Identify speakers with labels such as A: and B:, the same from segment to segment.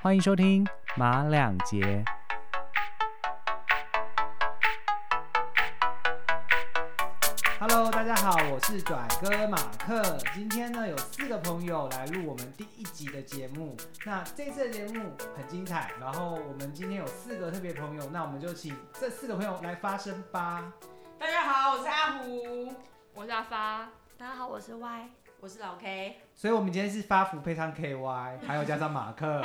A: 欢迎收听马两杰。
B: Hello，大家好，我是拽哥马克。今天呢，有四个朋友来录我们第一集的节目。那这次的节目很精彩，然后我们今天有四个特别朋友，那我们就请这四个朋友来发声吧。
C: 大家好，我是阿虎，
D: 我是阿发，
E: 大家好，我是 Y。
C: 我是老 K。
B: 所以我们今天是发福配上 KY，还有加上马克。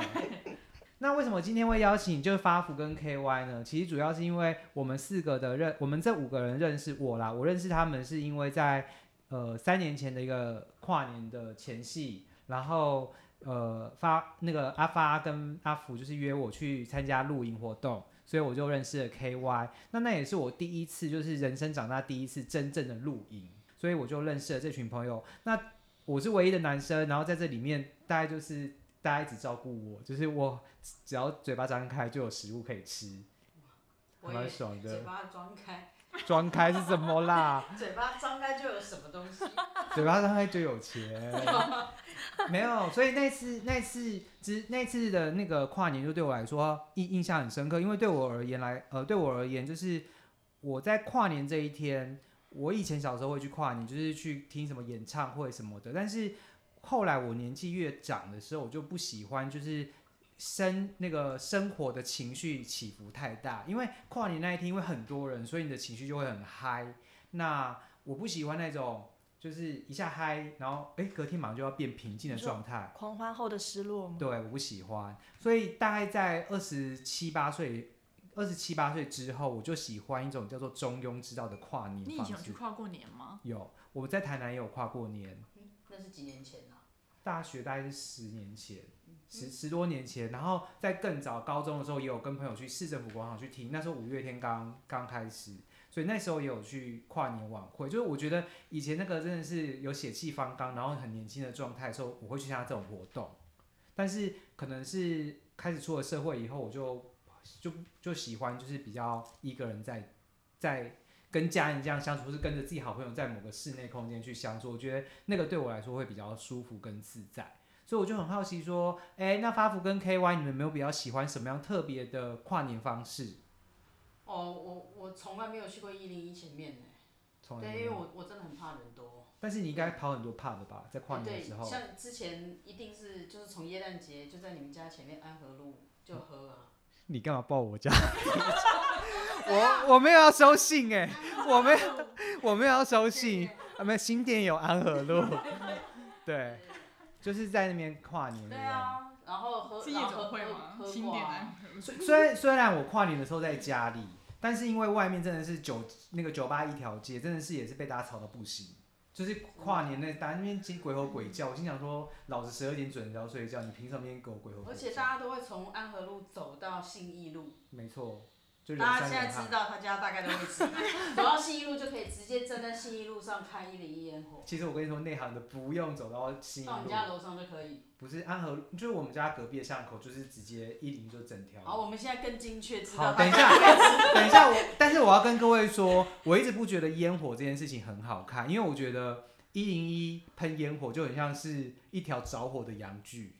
B: 那为什么今天会邀请就是发福跟 KY 呢？其实主要是因为我们四个的认，我们这五个人认识我啦，我认识他们是因为在呃三年前的一个跨年的前戏，然后呃发那个阿发跟阿福就是约我去参加露营活动，所以我就认识了 KY。那那也是我第一次，就是人生长大第一次真正的露营，所以我就认识了这群朋友。那我是唯一的男生，然后在这里面大概就是大家一直照顾我，就是我只要嘴巴张开就有食物可以吃，还
C: 我以
B: 蛮
C: 为
B: 爽
C: 嘴
B: 的。
C: 巴张开，
B: 装开是什么 啦？
C: 嘴巴张开就有什么东西。
B: 嘴巴张开就有钱，没有，所以那次那次之那次的那个跨年，就对我来说印印象很深刻，因为对我而言来，呃，对我而言，就是我在跨年这一天，我以前小时候会去跨年，就是去听什么演唱会什么的，但是后来我年纪越长的时候，我就不喜欢就是。生那个生活的情绪起伏太大，因为跨年那一天，因为很多人，所以你的情绪就会很嗨。那我不喜欢那种就是一下嗨，然后哎隔天马上就要变平静的
E: 你说
B: 状态。
E: 狂欢后的失落吗？
B: 对，我不喜欢，所以大概在二十七八岁，二十七八岁之后，我就喜欢一种叫做中庸之道的跨年
D: 你以
B: 方
D: 前有去
B: 式。
D: 跨过年 吗？
B: 有，我在台南也有跨过年，
C: 那是几年前啊？
B: 大学大概是十年前，十十多年前，然后在更早高中的时候，也有跟朋友去市政府广场去听，那时候五月天刚刚开始，所以那时候也有去跨年晚会。就是我觉得以前那个真的是有血气方刚，然后很年轻的状态的时候，我会去参加这种活动。但是可能是开始出了社会以后，我就就就喜欢就是比较一个人在在跟家人这样相处，或是跟着自己好朋友在某个室内空间去相处，我觉得那个对我来说会比较舒服跟自在。所以我就很好奇说，哎、那发福跟 KY 你们有没有比较喜欢什么样特别的跨年方式？
C: 哦，我我从来没有去过一零一前面呢。
B: 从来
C: 对，
B: 没
C: 因为
B: 有。
C: 我我真的很怕人多。
B: 但是你应该跑很多 pub 吧，在跨年的
C: 对，
B: 时候。
C: 像之前一定是就是从耶诞节就在你们家前面安和路就喝啊。
B: 你干嘛报我家？ 我我没有要收信哎、我没有 我没有要收信，啊，没有新店有安和路， 对，就是在那边跨年。
C: 对。啊，然后喝
D: 是夜
C: 然后
D: 总
C: 喝
D: 会吗？
C: 喝喝
D: 新
C: 过
D: 点
C: 啊。
D: 来，
B: 虽 虽然虽然我跨年的时候在家里，但是因为外面真的是酒那个酒吧一条街，真的是也是被大家吵到不行。就是跨年那大家那边其实鬼吼鬼叫，我心想说，老子十二点准就要睡觉，你凭什么边给我鬼吼鬼
C: 而
B: 叫？
C: 且大家都会从安和路走到信义路，
B: 没错，就人
C: 大家
B: 山
C: 现在
B: 人海
C: 知。道他家大概的位置，走到信义路就可以直接站在信义路上看一零一烟火，
B: 其实我跟你说，内行的不用走到新一
C: 到你
B: 路，
C: 家楼上就可以。
B: 不是安和，就是我们家隔壁的巷口，就是直接一零就整条。
C: 好，我们现在更精确知
B: 好，
C: 道
B: 等
C: 它
B: 一 下，等一下我，但是我要跟各位说，我一直不觉得烟火这件事情很好看，因为我觉得一零一喷烟火就很像是一条着火的洋剧，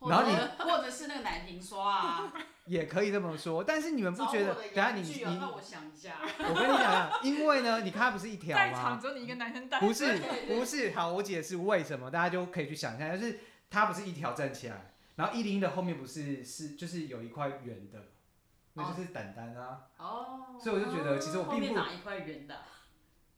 C: 或
B: 然后
C: 者或者是那个奶瓶刷啊，
B: 也可以这么说。但是你们不觉得？
C: 着火的
B: 等一下你
C: 洋
B: 你，
C: 具啊让我想一下，
B: 我跟你讲，啊因为呢，你看它不是一条
D: 在场
B: 吗？
D: 只有你一个男生带，
B: 不是
C: 对对对
B: 不是，好，我解释为什么，大家就可以去想一下，就是它不是一条站起来，然后一零一的后面不是是就是有一块圆的，那就是胆胆啊，
C: 哦，
B: 所以我就觉得其实我
C: 后
B: 并不
C: 面哪一块圆的啊，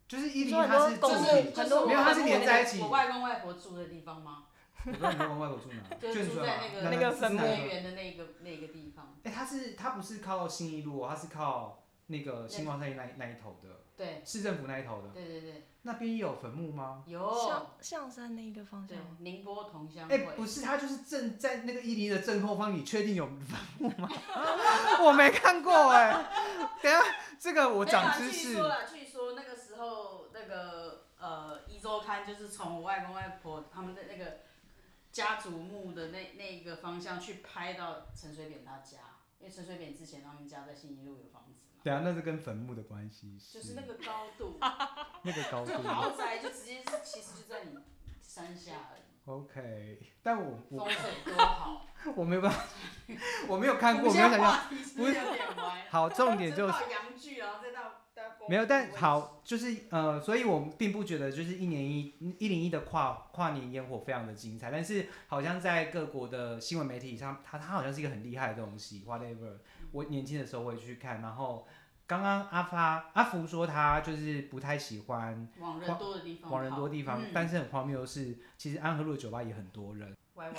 B: 就是一
E: 你
B: 零
E: 说
B: 一
E: 很
B: 它
E: 多
B: 是
E: 狗
B: 正
C: 就
E: 日
B: 体
C: 是
E: 很
C: 就是
E: 多
C: 我
B: 没有它是连在一起
C: 我外公外婆住的地方吗？
B: 我不知道你们外国住哪，
C: 就
B: 眷
C: 是住
B: 村
C: 在
B: 吗
C: 那
B: 那
C: 个
E: 那个坟墓
B: 哎、
C: 公园的那个那个地方，
B: 诶它是它不是靠新一路、哦，它是靠那个新光三越那一那一头的
C: 对
B: 市政府那一头的，
C: 对对对，
B: 那边也有坟墓吗？
C: 有。
E: 象象山那个方
C: 对
E: 向，，
C: 宁波同乡
B: 哎、
C: 会，
B: 不是，它就是正在那个伊犁的正后方，你确定有坟 墓吗？我没看过哎、等一下这个我
C: 没有啊
B: 长
C: 啦
B: 知
C: 据
B: 识
C: 说，啦，据说那个时候那个呃《一周刊》就是从我外公外婆他们的那个家族墓的那那一个方向去拍到陈水扁他家，因为陈水扁之前他们家在信义路有房子嘛，
B: 等一下那是跟坟墓的关系是
C: 就是那个高度，
B: 那个高度
C: 就豪宅就直接是其实就在你山下而已。
B: OK，但我我
C: 风水多好。
B: 我没有办法，我没有看过，我没有
C: 现
B: 想
C: 在
B: 象。
C: 话题是不是有点歪了？
B: 好，重点就是
C: 真到洋剧，然后再到到风水
B: 没有，但
C: 位置
B: 好就是呃，所以我并不觉得就是一年一一零一的跨跨年烟火非常的精彩，但是好像在各国的新闻媒体上，它它好像是一个很厉害的东西。Whatever，我年轻的时候会去看，然后刚刚阿发阿福说他就是不太喜欢
C: 往人多的地
E: 哦
C: 方跑，
B: 往人多地方，
C: 嗯
B: 但是很荒谬的是，其实安和路的酒吧也很多人。
C: 歪歪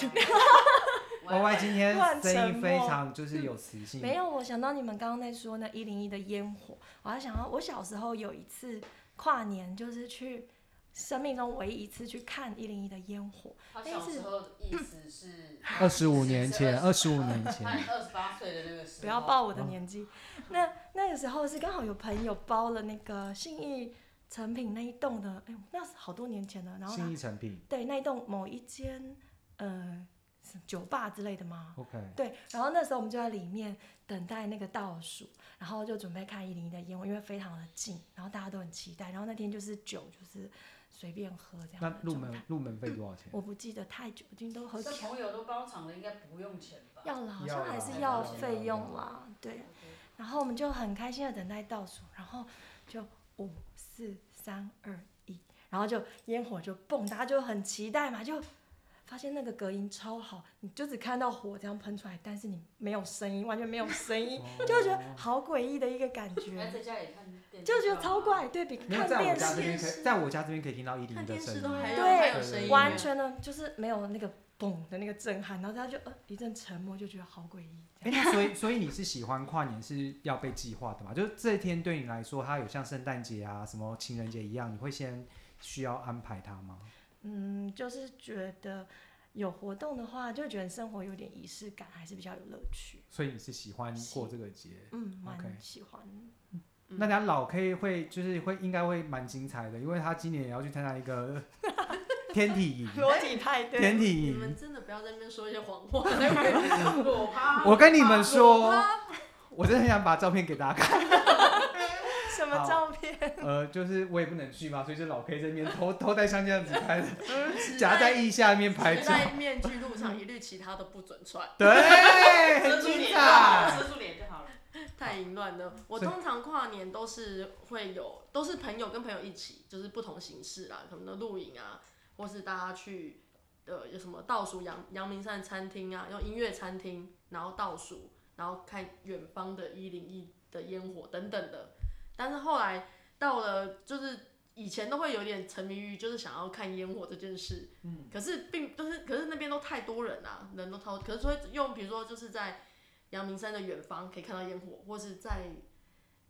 B: Y Y 今天
E: 乱
B: 声
E: 沉
B: 音非
E: 默
B: 常就是有磁性，
E: 没有，我想到你们刚刚在说那一零一的烟火，我还想到我小时候有一次跨年，就是去生命中唯一一次去看一零一的烟火，
C: 他小时候的意思是
B: 二十五年前，二十五年
C: 他
B: 前，
C: 二十八岁的那个时候，
E: 不要报我的年纪。那那个时候是刚好有朋友包了那个信义成品那一栋的，哎、那是好多年前了。然后
B: 新
E: 他
B: 一成品
E: 对那一栋某一间呃什么酒吧之类的吗？
B: ，OK，
E: 对，然后那时候我们就在里面等待那个倒数，然后就准备看一零一的烟火，因为非常的近，然后大家都很期待。然后那天就是酒就是随便喝这样
B: 那
E: 的
B: 入
E: 状
B: 门
E: 态，
B: 入门费多少钱？
E: 我不记得太久，已经都喝
C: 这
E: 掉
C: 朋友都包场了，应该不用钱吧？
E: 要了，好
B: 要
E: 像
B: 啦
E: 还是
C: 要
E: 要
C: 啦
E: 费
B: 要啦
E: 用啦。对，然后我们就很开心的等待倒数，然后就五四三二一，然后就烟火就蹦，大家就很期待嘛，就发现那个隔音超好，你就只看到火这样喷出来，但是你没有声音，完 全没有声音，就会觉得好诡异的一个感
C: 还
E: 觉，
C: 哎在家里看电视，
E: 就觉得超。怪，对比
B: 没有
E: 看
B: 在我
E: 电
B: 家这边
E: 视
B: 可以，在我家这边可以听到一零
F: 看
B: 的
F: 电
B: 声
F: 视
B: 音
F: 都，还有
E: 对
F: 还有声音，
E: 完 全呢就是没有那个嘣的那个震撼，然后大家就呃一阵沉默，就觉得好诡异。
B: 哎、那所以所以你是喜欢跨年是要被计划的嘛？就是这一天对你来说，它有像圣诞节啊、什么情人节一样，你会先需要安排它吗？
E: 嗯，就是觉得有活动的话，就觉得生活有点仪式感，还是比较有乐趣。
B: 所以你是喜欢过这个节？
E: 嗯，
B: OK 嗯
E: 蛮喜欢。
B: 那家老 K 会就是会应该会蛮精彩的，因为他今年也要去参加一个天体营，
E: 裸体派
B: 天
E: 对，
B: 体
F: 你
B: 营
F: 们。真的不要在那边说一些谎话，
C: 我怕
B: 我跟你们说，我真的很想把照片给大家看。
E: 什么照片？
B: 呃，就是我也不能去嘛，所以就老 K 这边偷偷带相这样子拍的，
F: 只
B: 夹在腋下面拍
F: 只
B: 照，
F: 戴面具入场，一律其他都不准穿，
B: 对，
C: 遮
B: 很
C: 住
B: 精
C: 脸就好了，
B: 彩。
C: 遮住脸就好了。
F: 太淫乱了。我通常跨年都是会有，都是朋友跟朋友一起，就是不同形式啊，可能的露营啊，或是大家去呃有什么倒数阳阳明山餐厅啊，用音乐餐厅，然后倒数，然后看远方的一零一的烟火等等的。但是后来到了就是。以前都会有点沉迷于就是想要看烟火这件事，嗯，可是并就是可是那边都太多人啊，人都超，可是说用比如说就是在阳明山的远方可以看到烟火，或是在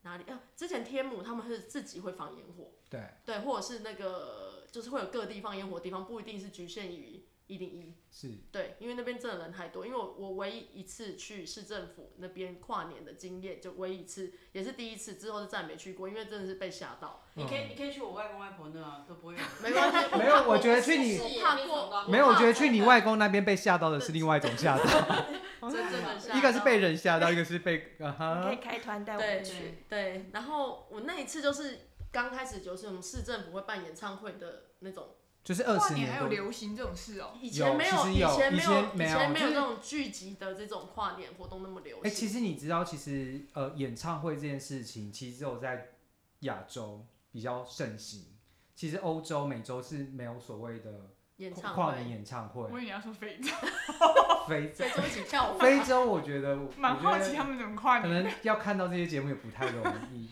F: 哪里？啊，之前天母他们是自己会放烟火，
B: 对，
F: 对，或者是那个就是会有各地放烟火的地方，不一定是局限于一零一，
B: 是
F: 对，因为那边真的人太多。因为我我唯一一次去市政府那边跨年的经验，就唯一一次，也是第一次，之后就再也没去过，因为真的是被吓到。
B: 嗯
C: 你可以，你可以去我外公外婆那啊，都不会有人。
F: 没关系，
B: 没有，我觉得
C: 是
B: 去你
C: 是怕过
B: 没有，我觉得去你外公那边被吓到的是另外一种吓到，
F: 真正的 吓到。
B: 一个是被人吓到，一个是被啊 哈
E: 你可以，开团带我
F: 对
E: 们去。
C: 对，
F: 对，然后我那一次就是刚开始就是我们市政府会办演唱会的那种。
B: 就是二
D: 跨
B: 十
D: 年还有
B: 多。
D: 流行这种事哦，
F: 以前没
B: 有其
F: 以
B: 实有
F: 前
B: 以
F: 没
B: 前
F: 有，以
B: 没有
F: 前没有
B: 就是
F: 这种聚集的这种跨年活动那么流
B: 哎、其
F: 行。
B: 实你知道，其实呃，演唱会这件事情，其实只有在亚洲比较盛行，其实欧洲、美洲是没有所谓的
F: 演
B: 跨
F: 唱
B: 跨年
F: 会，
B: 演唱会
D: 我以，为你要说非 洲，
B: 非洲
F: 在中一起跳舞。
B: 非洲，我觉得我
D: 蛮好奇
B: 我觉
D: 他们怎么跨
B: 得可
D: 年。
B: 能要看到这些节目也不太容 易，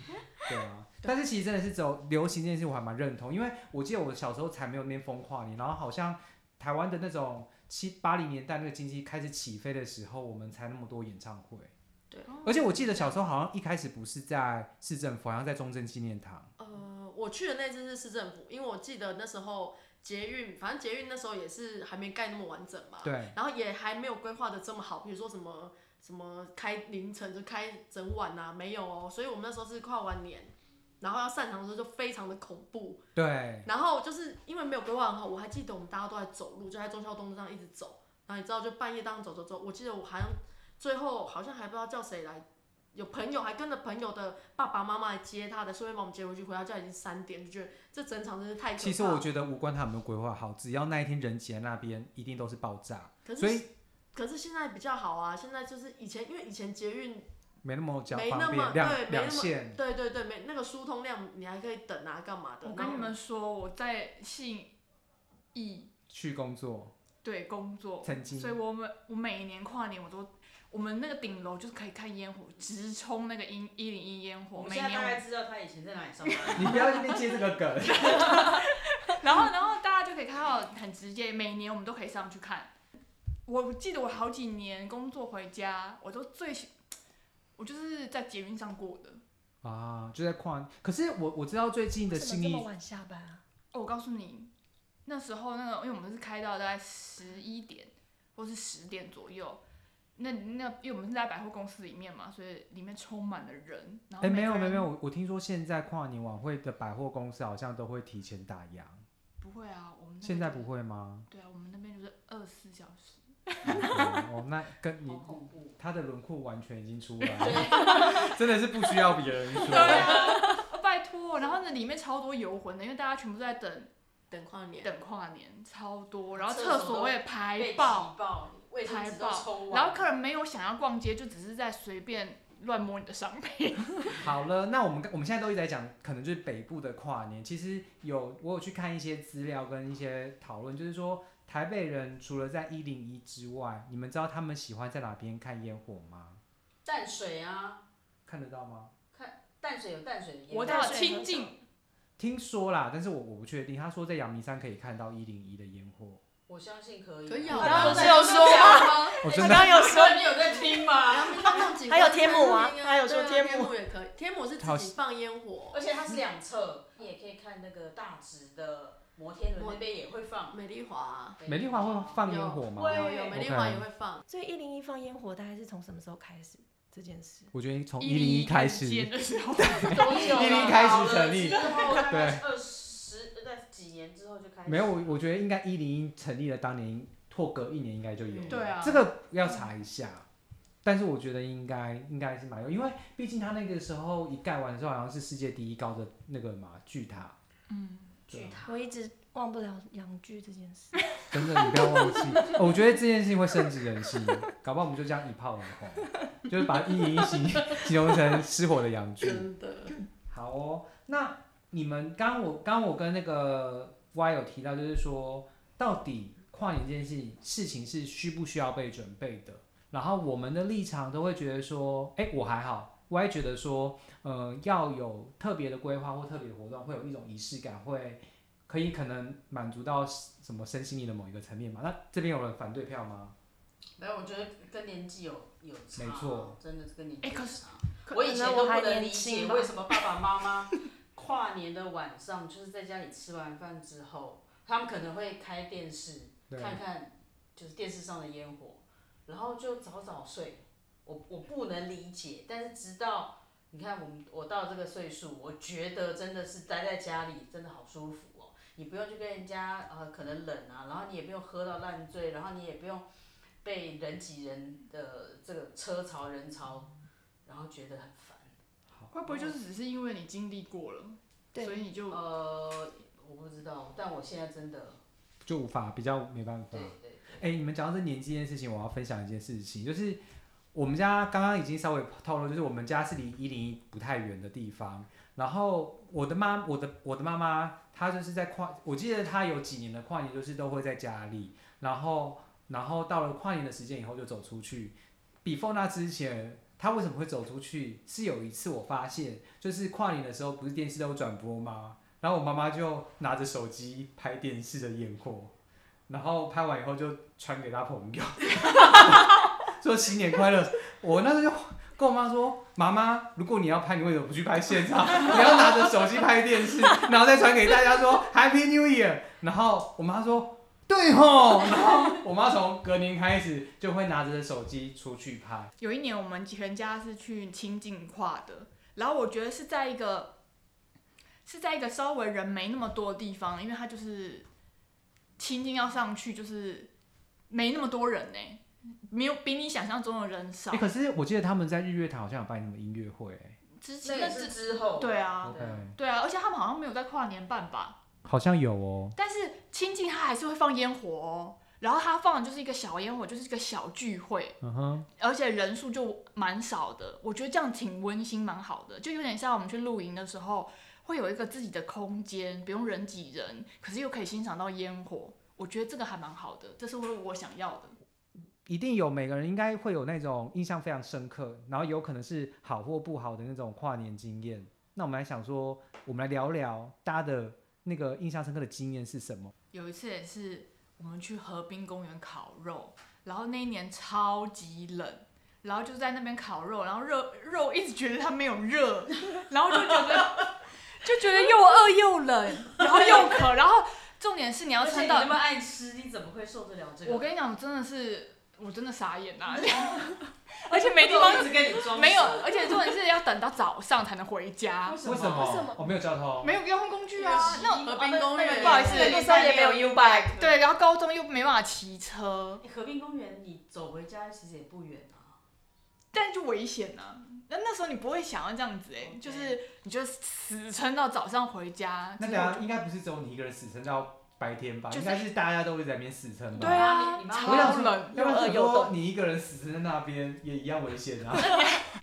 B: 对啊。但是其实真的是走流行这件事，我还蛮认同，因为我记得我小时候才没有那边疯跨年，然后好像台湾的那种七八零年代那个经济开始起飞的时候，我们才那么多演唱会。而且我记得小时候好像一开始不是在市政府，好像在中正纪念堂。
F: 呃，我去的那次是市政府，因为我记得那时候捷运，反正捷运那时候也是还没盖那么完整嘛，
B: 对，
F: 然后也还没有规划的这么好，比如说什么什么开凌晨就开整晚呐、啊，没有哦，所以我们那时候是跨完年。然后要散场的时候就非常的恐怖，
B: 对，
F: 然后就是因为没有规划很好，我还记得我们大家都在走路，就在忠孝东路上一直走，然后你知道就半夜当走走走，我记得我好像最后好像还不知道叫谁来有朋友还跟着朋友的爸爸妈妈来接他的，顺便把我们接回去，回到家已经三点，就觉得这整场真是太可怕。
B: 其实我觉得无关他有没有规划好，只要那一天人挤在那边，一定都是爆炸，
F: 可是
B: 所以
F: 可是现在比较好啊，现在就是以前，因为以前捷运，
B: 没那么讲
F: 没
B: 方
F: 那么
B: 便，
F: 对没
B: 两两
F: 那么
B: 线。
F: 对对对，没那个疏通量，你还可以等啊，干嘛的？
D: 我
F: 然
D: 跟
F: 后
D: 你们说，我在信义
B: 去工作，
D: 对工作，
B: 曾经
D: 所以我们我每年跨年我都，我们那个顶楼就是可以看烟火，直冲那个一一零一烟火，
C: 我
D: 每
C: 现在
D: 年
C: 大
D: 我
C: 概知道他以前在哪里上班。
B: 你不要一边接这个梗。
D: 然后，然后大家就可以看到很直接，每年我们都可以上去看。我记得我好几年工作回家，我都最喜，我就是在捷运上过的。
B: 啊，就在跨。可是我我知道最近的
E: 为什么
B: 新
E: 这
B: 意
E: 么晚下班啊？
D: 哦，我告诉你，那时候那个，因为我们是开到大概十一点或是十点左右。那那因为我们是在百货公司里面嘛，所以里面充满了人。然后
B: 哎、
D: 每
B: 没有
D: 个
B: 没有
D: 人
B: 没有，，我我听说现在跨年晚会的百货公司好像都会提前打烊，
D: 不会啊，我们那边
B: 现在
D: 就
B: 不
D: 是。
B: 会吗？
D: 对啊，我们那边就是二十四小时。
B: 哦，那跟
C: 好
B: 你
C: 恐怖！
B: 他的轮廓完全已经出来了， 真的是不需要别人
D: 对
B: 说。
D: 啊，拜托。然后那里面超多游魂的，因为大家全部都在等
F: 等跨年，
D: 等跨年超多，然后
C: 厕
D: 啊厕
C: 所都
D: 所位排
C: 被
D: 爆，
C: 挤爆，卫生
D: 排
C: 纸都抽
D: 爆，
C: 完，
D: 然后客人没有想要逛街，就只是在随便乱摸你的商品。
B: 好了，那我们我们现在都一直在讲，可能就是北部的跨年。其实有我有去看一些资料跟一些讨论，就是说台北人除了在一零一之外，你们知道他们喜欢在哪边看烟火吗？
C: 淡水啊，
B: 看得到吗？
C: 淡水有淡水的烟火。
D: 我到亲近，
B: 听说啦，但是我我不确定。他说在阳明山可以看到一零一的烟火，
C: 我相信可以。
F: 可以啊
C: 我
F: 我刚刚
C: 刚
F: 不
C: 刚
F: 是有说
C: 吗？
B: 我、哦真
E: 刚
B: 的
E: 刚有
C: 所
E: 说，
C: 以你有在听吗？
E: 还有天母啊还
F: 还
E: 有说天母
F: 天母也可以，天母是
B: 好
F: 自己放烟火
C: 而，且它是两侧，你也可以看那个大直的摩天轮那边也会放。
F: 美丽华啊
B: 美丽华会放烟火吗？
C: 会
F: 有有美丽华也会放，
E: 所以一零一放烟火大概是从什么时候开始这件事？
B: 我觉得从一
D: 一
B: 零一开
D: 见
B: 始，
D: 的时候，
C: 多久了？
B: 一零一开始成立
C: 之后大概
B: 对
C: 二十在几年之后就开始。
B: 没有，我我觉得应该一零一成立了当年或隔一年应该就有了。
D: 对啊
B: 这个要查一下。但是我觉得应该应该是蛮有，因为毕竟他那个时候一盖完的时候，好像是世界第一高的那个嘛巨塔，
D: 嗯，
C: 巨塔。
E: 我一直忘不了养剧这件事。
B: 真的，你不要忘记。哦我觉得这件事情会深植人心， 搞不好我们就这样一炮而红，就是把一零一形形容成失火的洋剧。
F: 真的。
B: 好哦，那你们刚刚我刚刚我跟那个 Y 有提到，就是说到底跨年这件事事情是需不需要被准备的？然后我们的立场都会觉得说，哎，我还好。我也觉得说，呃，要有特别的规划或特别的活动，会有一种仪式感，会可以可能满足到什么身心灵的某一个层面嘛？那这边有人反对票吗？
C: 没有，我觉得跟年纪有有差。
B: 没错，
C: 真的是跟年纪
D: 哎
C: 有
D: 可
C: 差。
D: 可
C: 我以前都
E: 可能我
C: 不
E: 还
C: 能理
E: 年
C: 解
E: 轻吧
C: 为什么爸爸妈妈跨年的晚上，就是在家里吃完饭之后，他们可能会开电视
B: 对，
C: 看看，就是电视上的烟火，然后就早早睡。我我不能理解，但是直到你看我们我到这个岁数，我觉得真的是待在家里真的好舒服哦。你不用去跟人家呃可能冷啊，然后你也不用喝到烂醉，然后你也不用被人挤人的这个车潮人潮，然后觉得很烦。
D: 会不会就是只是因为你经历过了，
E: 对
D: 所以你就
C: 呃，我不知道，但我现在真的
B: 就无法比较没办法
C: 对。对对，
B: 哎、你们讲到这年纪这件事情，我要分享一件事情，就是我们家刚刚已经稍微透露，就是我们家是离一零一不太远的地方。然后我的妈，我的我的妈妈，她就是在跨，我记得她有几年的跨年就是都会在家里，然后然后到了跨年的时间以后就走出去。before 那之前，她为什么会走出去？是有一次我发现，就是跨年的时候不是电视都有转播吗？然后我妈妈就拿着手机拍电视的烟火，然后拍完以后就传给他朋友， 说新年快乐。我那时候就跟我妈说：“妈妈，如果你要拍，你为什么不去拍现场？你要拿着手机拍电视，然后再传给大家说 Happy New Year。”然后我妈说：“对吼。”然后我妈从隔年开始就会拿着手机出去拍。
D: 有一年我们全家是去清境跨的，然后我觉得是在一个是在一个稍微人没那么多的地方，因为它就是清境要上去就是没那么多人呢、欸没有比你想象中的人少
B: 哎、。可是我记得他们在日月潭好像有办什么音乐会、哎
D: 之前
C: 那
D: 那
C: 个是
D: 之
C: 之后，
D: 对啊，
B: OK，
D: 对啊，而且他们好像没有在跨年办吧？
B: 好像有哦。
D: 但是亲近他还是会放烟火哦，然后他放的就是一个小烟火，就是一个小聚会，
B: 嗯哼，
D: 而且人数就蛮少的，我觉得这样挺温馨，蛮好的，就有点像我们去露营的时候，会有一个自己的空间，不用人挤人，可是又可以欣赏到烟火，我觉得这个还蛮好的，这是我想要的。
B: 一定有每个人应该会有那种印象非常深刻，然后有可能是好或不好的那种跨年经验。那我们来想说，我们来聊聊大家的那个印象深刻的经验是什么？
D: 有一次也是我们去河滨公园烤肉，然后那一年超级冷，然后就在那边烤肉，然后肉肉一直觉得它没有热，然后就觉得 就觉得又饿又冷，然后又渴，然后重点是你要
C: 而且
D: 穿
C: 你
D: 到
C: 那么爱吃，你怎么会受得了这个？
D: 我跟你讲，我真的是我真的傻眼呐、 而且没地方
C: 一直跟你装熟
D: 没有，而且重点是要等到早上才能回家，
C: 为什么？
E: 为什么
B: 哦我、没有交通。
D: 没有交通工具啊。那
F: 河滨公园
D: 那个不好意思
E: 那时候也没有 U bike，
D: 对，然后高中又没办法骑车，
C: 欸河滨公园你走回家其实也不远啊。
D: 但就危险呐、那那时候你不会想要这样子哎、
C: OK
D: 就是你就死撑到早上回家。
B: 那啊
D: 就是
B: 等
D: 我
B: 下应该不是只有你一个人死撑到白天吧？
D: 就是
B: 应该是大家都会在那边死撑吧？
D: 对啊
C: 你，妈
B: 我想
D: 超
B: 说
D: 冷，
B: 要不然很
E: 有
B: 多
E: 动
B: 你一个人死撑在那边也一样危险啊。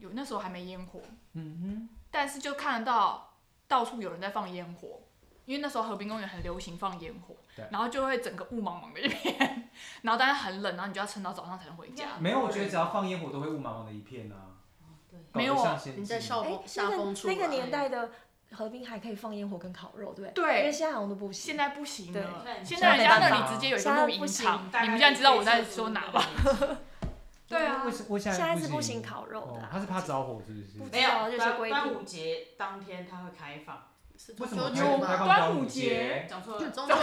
D: 有那时候还没烟火，
B: 嗯
D: 但是就看得到到处有人在放烟火，因为那时候河滨公园很流行放烟火
B: 对，
D: 然后就会整个雾茫茫的一片，然后当然很冷，然后你就要撑到早上才能回家
B: 哼，。没有，我觉得只要放烟火都会雾茫茫的一片啊。
C: 对，
B: 搞得
D: 没有
B: 像仙
F: 你在
B: 境
F: 笑
E: 哎
F: 风，
E: 那
F: 下
E: 个
F: 风处
E: 那个
F: 啊
E: 年代的河滨还可以放烟火跟烤肉，对不对？
D: 对
E: 因为现在好像都不行。
D: 现在不行了
C: 对，
D: 现在人家
B: 现在没办
D: 那
B: 法
D: 里直接有一个露营场
E: 现，
D: 你们现在知道我在说哪吧？？ 对啊
B: 为什我现
E: 现
B: 在
E: 在是不行
B: 考
E: 烤肉的、
B: 哦
E: 啊
B: 他是怕着火是不是？
E: 不知
C: 没有
E: 道，就是
C: 端
E: 规
C: 端
E: 定
C: 午节当天他会开放，
F: 是
B: 为
F: 中
B: 什
F: 秋节
B: 么开开
F: 吗？
B: 放
D: 端
B: 端
D: 午
B: 午
D: 节
B: 节？
C: 讲错了。
F: 中秋节，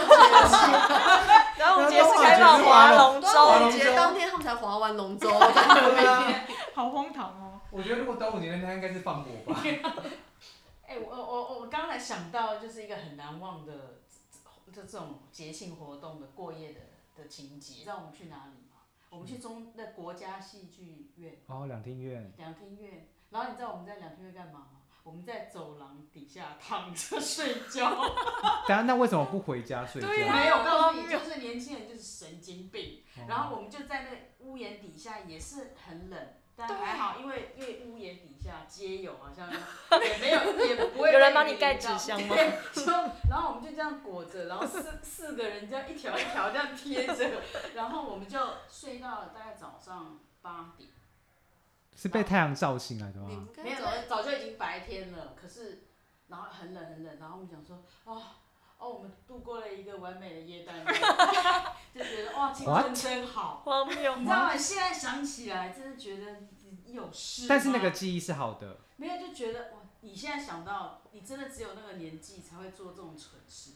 E: 然后
B: 后
E: 我
B: 我
E: 们
B: 们今
E: 今天
B: 天
E: 是
B: 是
E: 开
B: 开
E: 放
B: 放
E: 划
B: 划
E: 龙
B: 龙
E: 舟
B: 舟，
F: 端午节当天他们才划完龙舟，在河
B: 对
F: 边
B: 啊，
D: 好荒唐哦。
B: 我觉得如果端午节那天应该是放火吧。
C: 哎、我我我我刚才想到就是一个很难忘的，就这种节庆活动的过夜的的情节。你知道我们去哪里吗？我们去中那国家戏剧院
B: 哦，两厅院，
C: 两厅院，然后你知道我们在两厅院干嘛吗？我们在走廊底下躺着睡觉。
B: 等下那为什么不回家睡觉？
D: 对啊
C: 没有，我告诉你，就是年轻人就是神经病。
B: 哦
C: 然后我们就在那个屋檐底下，也是很冷，但
D: 对
C: 还好，因为因为屋檐底下皆有，好像也没 有也不会
E: 有人
C: 被
E: 帮你
C: 淋
E: 盖
C: 到
E: 纸箱吗？
C: 对就然后我们就这样裹着，然后四 四个人这样一条一条这样贴着，然后我们就睡到了大概早上八点，
B: 是被太阳照醒来的
F: 你
B: 吗？
F: 们可
C: 没
F: 以
C: 有
F: 走
C: 早早就已经白天了，可是然后很冷很冷，然后我们想说哦。哦，我们度过了一个完美的耶诞夜，就觉得哇，哦青春真好。
E: 荒谬
C: 你知道吗？现在想起来，真的觉得你有事吗。
B: 但是那个记忆是好的，
C: 没有，就觉得哇，你现在想到，你真的只有那个年纪才会做这种蠢事。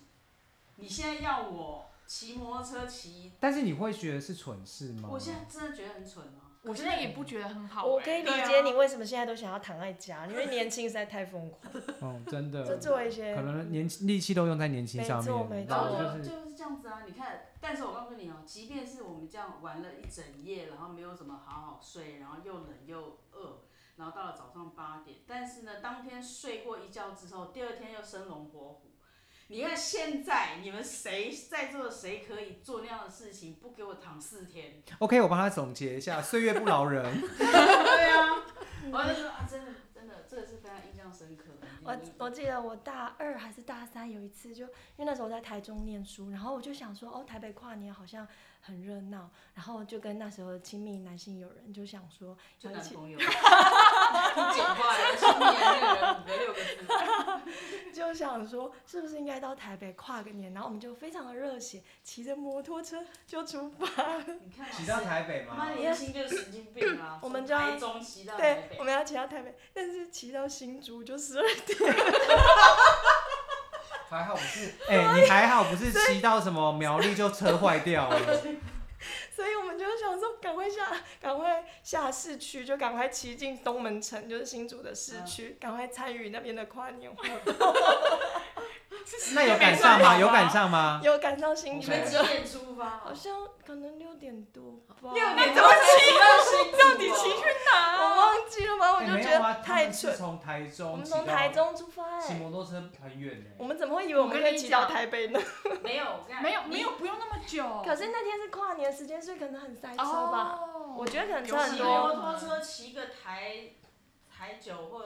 C: 你现在要我骑摩托车骑，
B: 但是你会觉得是蠢事吗？
C: 我现在真的觉得很蠢啊！
D: 我现在也不觉得很好、欸。
E: 我可以理
C: 对啊
E: 解你为什么现在都想要躺在家，因为年轻实在太疯狂，
B: 嗯，真的，
E: 就做一些
B: 可能年轻力气都用在年轻上面，
E: 没错
B: 然
C: 然后
B: 后
E: 没错
B: 就
C: 就是就是这样子啊，你看，但是我告诉你哦，即便是我们这样玩了一整夜，然后没有怎么好好睡，然后又冷又饿，然后到了早上八点，但是呢，当天睡过一觉之后，第二天又生龙活虎。你看现在你们谁在座的谁可以做那样的事情？不给我躺四天？
B: OK，我帮他总结一下，岁月不饶人。
C: 对啊，我就说啊，真的真的，这个是非常印象深刻的。
E: 我
C: 你
E: 我记得我大二还是大三有一次就，因为那时候我在台中念书，然后我就想说，哦，台北跨年好像很热闹，然后就跟那时候亲密男性友人就想说，
C: 就
E: 要一
C: 男
E: 起
C: 朋 友，你 简化了，去年那个人五个六个字。
E: 就想说是不是应该到台北跨个年，然后我们就非常的热血，骑着摩托车就出发，
C: 你看
B: 骑到台北
C: 妈
B: 吗？
C: 年轻就是神经病啊！
E: 我们
C: 从
E: 就要
C: 台中骑到台
E: 对，
C: 北
E: 我，们要骑到台北，但是骑到新竹就十二
B: 还好不是，哎、你还好不是骑到什么苗栗就车坏掉了。
E: 所以我们就想说，赶快下，赶快下市区，就赶快骑进
B: 嗯
E: 东门城，就是新竹的市区，赶、快参与那边的跨年活动。
B: 那有赶上吗？有赶
D: 上。
B: 上吗？
E: 有赶上新
C: 你
E: 春
C: 们
B: OK
C: 几点出发？
E: 好像可能六点多吧，
F: 六
D: 那
F: 点
D: 怎么骑？
C: 骑
D: 到底骑去哪？
E: 我忘记了吗？我
B: 啊哎
E: 哦就
B: 没
E: 觉
B: 有啊
E: 得
B: 他
E: 太
B: 们是
E: 蠢。
B: 从啊台中，
E: 我们从台，中出发、
B: 骑
E: 哎，
B: 摩托车很远呢。
E: 我们怎么会以为我们可以骑到台北呢？
C: 没有，我跟你讲
D: 没有没有，不用那么
B: 哦
D: 久。
E: 可是那天是跨年时间，所以可能很塞车吧。
D: 哦，
E: 我觉得可能
D: 有
E: 差
C: 骑
E: 很
C: 摩
E: 多。
C: 托车骑个台台九或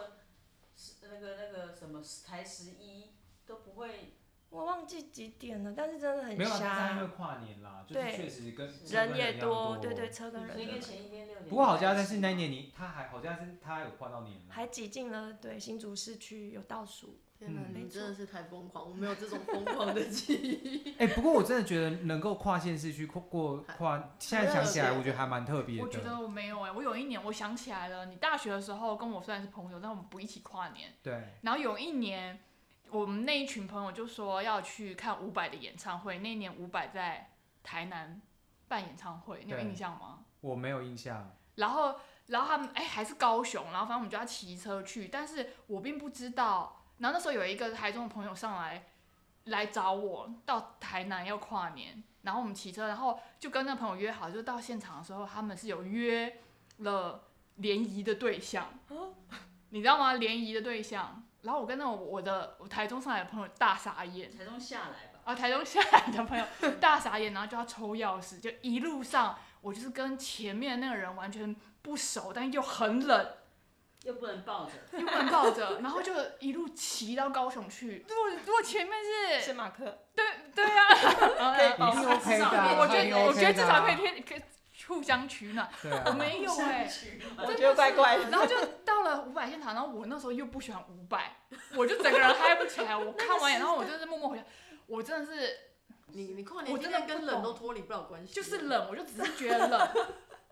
C: 是那个那个什么台十一都不会，
E: 我忘记几点了，但是真的很
B: 没有啊，但是因为
E: 瞎，
B: 跨年啦，就是
E: 对
B: 确实跟
C: 是
E: 人也
B: 多，
E: 对对，。车跟
C: 所以
E: 人
C: 跟
E: 多
C: 前一天六点。
B: 不过好像但是那一年你他还好像是他有跨到年了，
E: 还挤进了对新竹市区有倒数。
F: 天哪，
B: 嗯
F: 你真的是太疯狂，我没有这种疯狂的记忆。
B: 哎、不过我真的觉得能够跨县市去跨过跨，现在想起来我觉得还蛮特别
D: 我觉
B: 的。
D: 得我没有哎、我有一年我想起来了，你大学的时候跟我虽然是朋友，但我们不一起跨年。
B: 对，
D: 然后有一年，我们那一群朋友就说要去看伍佰的演唱会，那一年伍佰在台南办演唱会，你有
B: 对
D: 印象吗？
B: 我没有印象。
D: 然后，然后他们哎、还是高雄，然后反正我们就要骑车去，但是我并不知道。然后那时候有一个台中的朋友上来来找我，到台南要跨年，然后我们骑车，然后就跟那朋友约好，就到现场的时候，他们是有约了联谊的对象， 你知道吗？联谊的对象。然后我跟那种我的我台中上来的朋友大傻眼，
C: 台中下来吧。
D: 啊，台中下来的朋友大傻眼，然后就要抽钥匙，就一路上我就是跟前面那个人完全不熟，但又很冷，
C: 又不能抱着，
D: 又不能抱着，然后就一路骑到高雄去。如果如果前面是
E: 马克，
D: 对对啊，
E: 可以
B: 一定 OK 的啊，
D: 我
B: 一
D: 觉
B: 定
D: 得我
B: OK
D: 觉得至
B: 的
D: 少
B: 啊
D: 可以天可以互相取暖，
B: 对
D: 我
B: 啊，
D: 没有哎、
E: 我觉得怪怪的。
D: 然后就到了五百现场，然后我那时候又不喜欢五百，我就整个人嗨不起来。我看完，然后我就是默默回家，我真的是
F: 你你跨年
D: 我
F: 今
D: 真的
F: 天跟
D: 不
F: 冷都
D: 懂
F: 脱离不了关系，
D: 就是冷，我就只是觉得冷，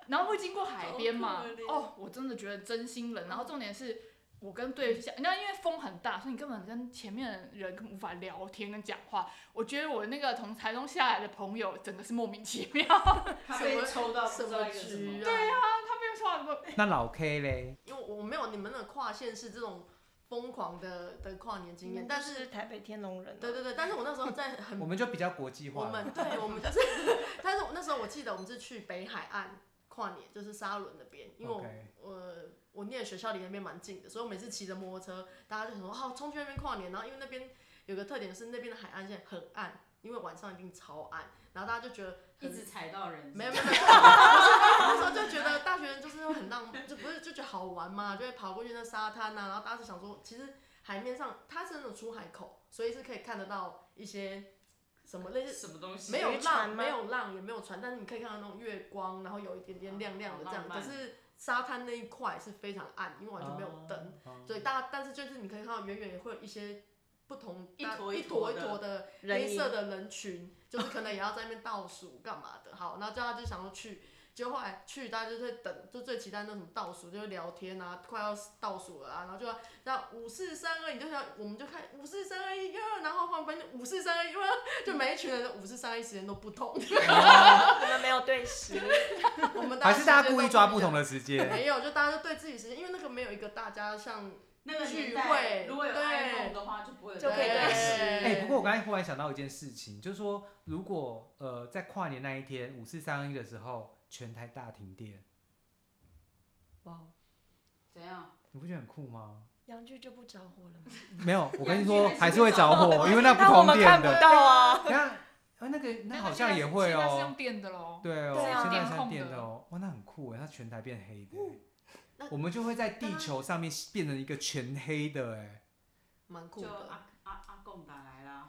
D: 然后会经过海边嘛
F: 好可，怜
D: 哦，我真的觉得真心冷。然后重点是我跟对象，那因为风很大，所以你根本跟前面的人根本无法聊天跟讲话。我觉得我那个从台中下来的朋友，整个是莫名其妙，
C: 他被抽到不
F: 什
C: 知道
F: 么
C: 一个什么
F: 局啊？。对啊，
D: 他没有说话不
B: 那老 K 嘞，
F: 因为我没有你们的跨县市这种疯狂的的跨年经验，但
E: 是
F: 是
E: 台北天龙人、啊，
F: 对对对，但是我那时候在很
B: 我们就比较国际
F: 我
B: 化了。
F: 们对，我们就是， 但是我那时候我记得我们是去北海岸跨年，就是沙伦那边，因为我
B: OK
F: 我我念的学校离那边蛮近的，所以我每次骑着摩托车，大家就说好冲去那边跨年，然后因为那边有个特点是那边的海岸线很暗，因为晚上一定超暗，然后大家就觉得
C: 一直踩到人，
F: 没有没有，没有不是那时候就觉得大学生就是很浪，就不是就觉得好玩嘛，就会跑过去那沙滩呐、啊，然后当时想说，其实海面上它是那种出海口，所以是可以看得到一些什么类似
C: 什么东西，
F: 没有
E: 渔船
F: 浪，
E: 吗
F: 没有浪，也没有船，但是你可以看到那种月光，然后有一点点亮亮的这
C: 好
F: 样。
C: 浪漫
F: 可是沙滩那一块是非常暗，因为完全没有灯，
B: 哦
F: 所以大家但是就是你可以看到远远也会有一些不同
C: 一坨
F: 一
C: 一坨
F: 坨一
C: 的
F: 坨的
E: 人
F: 黑
E: 影
F: 色的人群，就是可能也要在那边倒数干嘛的。好，然后大家就想要去。结果后来去，大家就在等，就最期待那什么倒数，就是聊天啊，快要倒数了啊，然后就要那五四三二，你就想，我们就看五四三二一二，然后换班就五四三二一二，就每一群人的五四三二一时间都不同，
E: 我们没有对时，
F: 我们
B: 还是大家
F: 时间都
B: 故意抓不同的时
F: 一
B: 间
F: 样，。没有，就大家就对自己时间，因为那个没有一个大家像
C: 那个年
F: 聚
C: 代
F: 会
C: 如果有
F: 对
C: iPhone 的话，就不会有
E: 就可以对时
B: 哎、
C: 嗯
B: 不过我刚才忽然想到一件事情，就是说，如果呃在跨年那一天五四三一的时候，全台大停电，
F: 哇，
E: 哦
C: 怎样？
B: 你不觉得很酷吗？
E: 杨剧就不着火了吗？
B: 没有，我跟你
C: 阳
B: 说
C: 具
B: 还
C: 还
B: 是
C: 是
B: 会
C: 会
B: 着
C: 着火
B: 火，因为那不
E: 但我
B: 通
E: 们看
B: 电的。
E: 不到啊。
B: 你看，啊那个那好像也会
D: 现在是
B: 哦
D: 用、电的喽。
B: 对哦、
E: 对啊
B: 现在
D: 电
B: 像
D: 控
B: 电
D: 的
B: 的哦、哇，那很酷哎，它全台变黑的欸、
F: 哦那
B: 我们就会在地球上面变成一个全黑的哎、
F: 蛮酷
C: 就
F: 的。
C: 阿阿阿贡打来啦，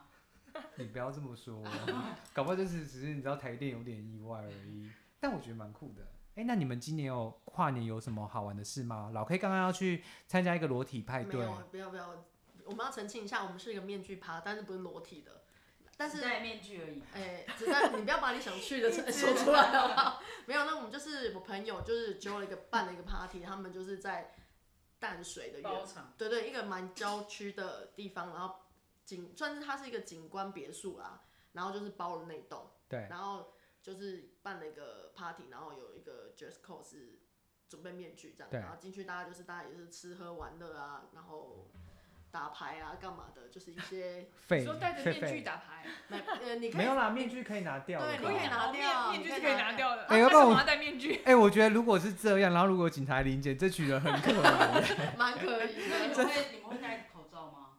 B: 你不要这么说， 搞不好就是只是你知道台电有点意外而已，但我觉得蛮酷的。哎、那你们今年有跨年有什么好玩的事吗？老 K 刚刚要去参加一个裸体派
F: 没
B: 哎对，
F: 有，不要不要，我们要澄清一下，我们是一个面具趴，但是不是裸体的，但
C: 只
F: 是
C: 戴面具而已。
F: 哎，只在你不要把你想去的说出来好不好？没有，那我们就是我朋友就是揪了一个办了一个 party，他们就是在淡水的
C: 包
F: 远，
C: 场，
F: 对对，一个蛮郊区的地方，然后景算是它是一个景观别墅啦，然后就是包了那一栋，
B: 对，
F: 然后就是办了一个 party，然后有一个 dress code 是准备面具这样，
B: 对
F: 然后进去大家就是大家也是吃喝玩乐啊，然后打牌啊，干嘛的，就是一些
B: 废
D: 说戴着
B: 废
D: 面具
B: 废
D: 打牌，
F: 没呃，你可
B: 没
F: 以
B: 有啦，面具可以拿掉的吧，
F: 对可以拿
D: 哦
F: 掉
D: 面面具是
F: 可
D: 可
F: 以
D: 以
F: 拿
D: 拿掉的。
B: 哎
D: 啊
B: 要
D: 为
B: 不然
D: 什
B: 我
D: 么要戴面具？
B: 哎、我觉得如果是这样，然后如果警察临检，这群人很可怜。
F: 蛮可以
C: 那你
F: 的。
C: 们会你们会戴口罩吗？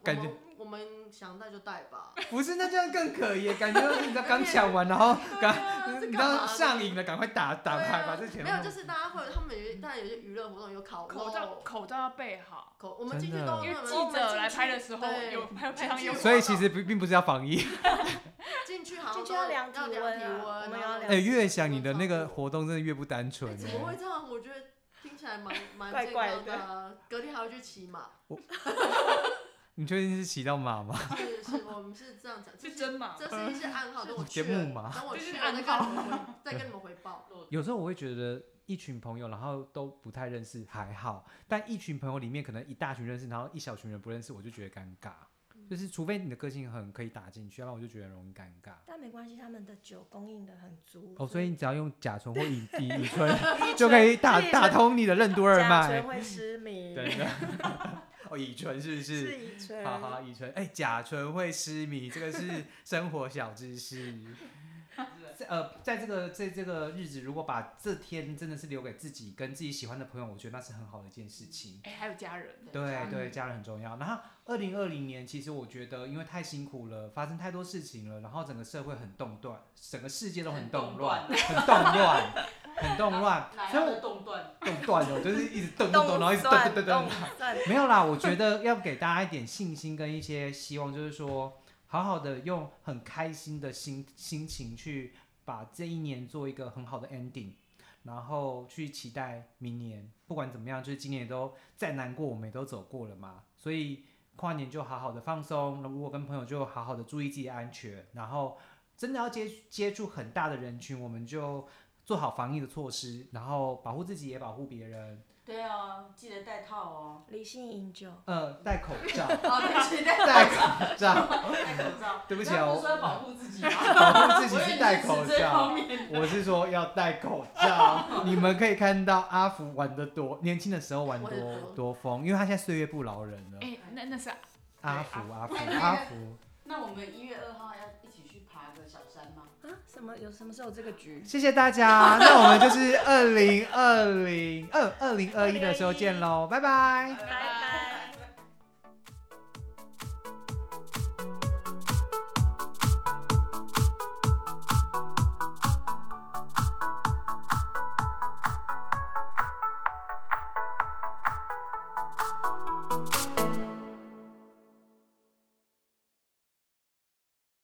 F: 我
B: 感
F: 们
B: 觉
F: 我们想戴就戴 吧，
B: 不是，那这样更可怜，感觉就是你知道刚抢完，然后刚
F: 这
B: 你
F: 啊干嘛
B: 知道上瘾了，赶快打打
F: 对
B: 牌，
F: 啊
B: 把这钱
F: 没有，就是大家会有他们有些当然有些娱乐活动有烤肉
D: 口罩口罩要备好，
F: 口，我们进去
B: 真的
F: 都
D: 因
F: 嗯
D: 为
F: 我
D: 记
F: 们进
D: 者
F: 去
D: 来拍的时候
F: 对
D: 有拍拍上
F: 进
D: 有
F: 去
B: 所以其实并并不是要防疫。
F: 进去好像
E: 进去
F: 都
E: 要量
F: 要
E: 体
F: 量
E: 温
F: 体
E: 啊
F: 温，
E: 我
F: 然
E: 们
F: 后
E: 要量
B: 哎、越想你的那
F: 哎
B: 个活动真的越不单纯、欸
F: 怎么会这样？我觉得听起来蛮蛮
E: 怪
F: 健
E: 怪
F: 康的啊、隔天还会去骑马，
B: 你确定是骑到马吗？
F: 是是，我们是这样讲，这
D: 是真嘛？
F: 这是一些暗号，等我去
B: 节
F: 了，
B: 目嘛
F: 等我
D: 这
F: 去
D: 是
F: 了再
D: 暗
F: 跟你们回，再跟你们回报。
B: 有时候我会觉得一群朋友，然后都不太认识还好，但一群朋友里面可能一大群认识，然后一小群人不认识，我就觉得尴尬。就是除非你的个性很可以打进去，要不然我就觉得容易尴尬。
E: 但没关系，他们的酒供应的很足。
B: 哦，所以你只要用甲醇或乙乙乙 醇就可以打打通你的任督二
E: 甲
B: 脉
E: 醇。会失明，
B: 真的。 哦，乙醇是不是？
E: 是乙醇。
B: 好好，乙醇，哎、甲醇会失迷，这个是生活小知识。在呃，在这个在这个日子，如果把这天真的是留给自己跟自己喜欢的朋友，我觉得那是很好的一件事情。
D: 哎，还有家人，
B: 对
C: 家
B: 对，家人很重要。然后，二零二零年，其实我觉得因为太辛苦了，发生太多事情了，然后整个社会很动乱，整个世界都很动乱，很动乱，很动乱。
C: 哪
B: 所以
C: 样
B: 我
C: 的动断？
B: 动断了，就是一直动动动，
E: 动
B: 然后一直动
E: 算
B: 动动动
E: 动。算，
B: 没有啦，我觉得要给大家一点信心跟一些希望，就是说，好好的用很开心的心心情去把这一年做一个很好的 ending，然后去期待明年。不管怎么样，就是今年也都再难过，我们也都走过了嘛，所以跨年就好好的放松。如果跟朋友就好好的注意自己的安全，然后真的要接接触很大的人群，我们就做好防疫的措施，然后保护自己也保护别人。
C: 对啊，记得戴套哦。
E: 理性饮酒，
B: 呃，戴口罩。
C: 啊，对不起，戴
B: 戴口罩，
C: 戴口罩。
B: 对不起
C: 你
B: 啊，
C: 刚
B: 我
C: 刚不是说要保护自己吗？
B: 保护自己
C: 我以为
B: 是
C: 你
B: 戴
C: 指
B: 口
C: 这方
B: 罩，
C: 面
B: 我是说要戴口罩。你们可以看到阿福玩的多，年轻的时候玩
F: 玩得
B: 多
F: 多
B: 多疯，因为他现在岁月不饶人了。
D: 哎，那那是
B: 阿福，阿福，
C: 哎
B: 阿福，
C: 那我们一月二号要一起去爬个小山吗？
E: 啊，什么有什么时候有这个局？
B: 谢谢大家。那我们就是二零二零二二零二一的时候见喽，拜拜。
E: 拜拜。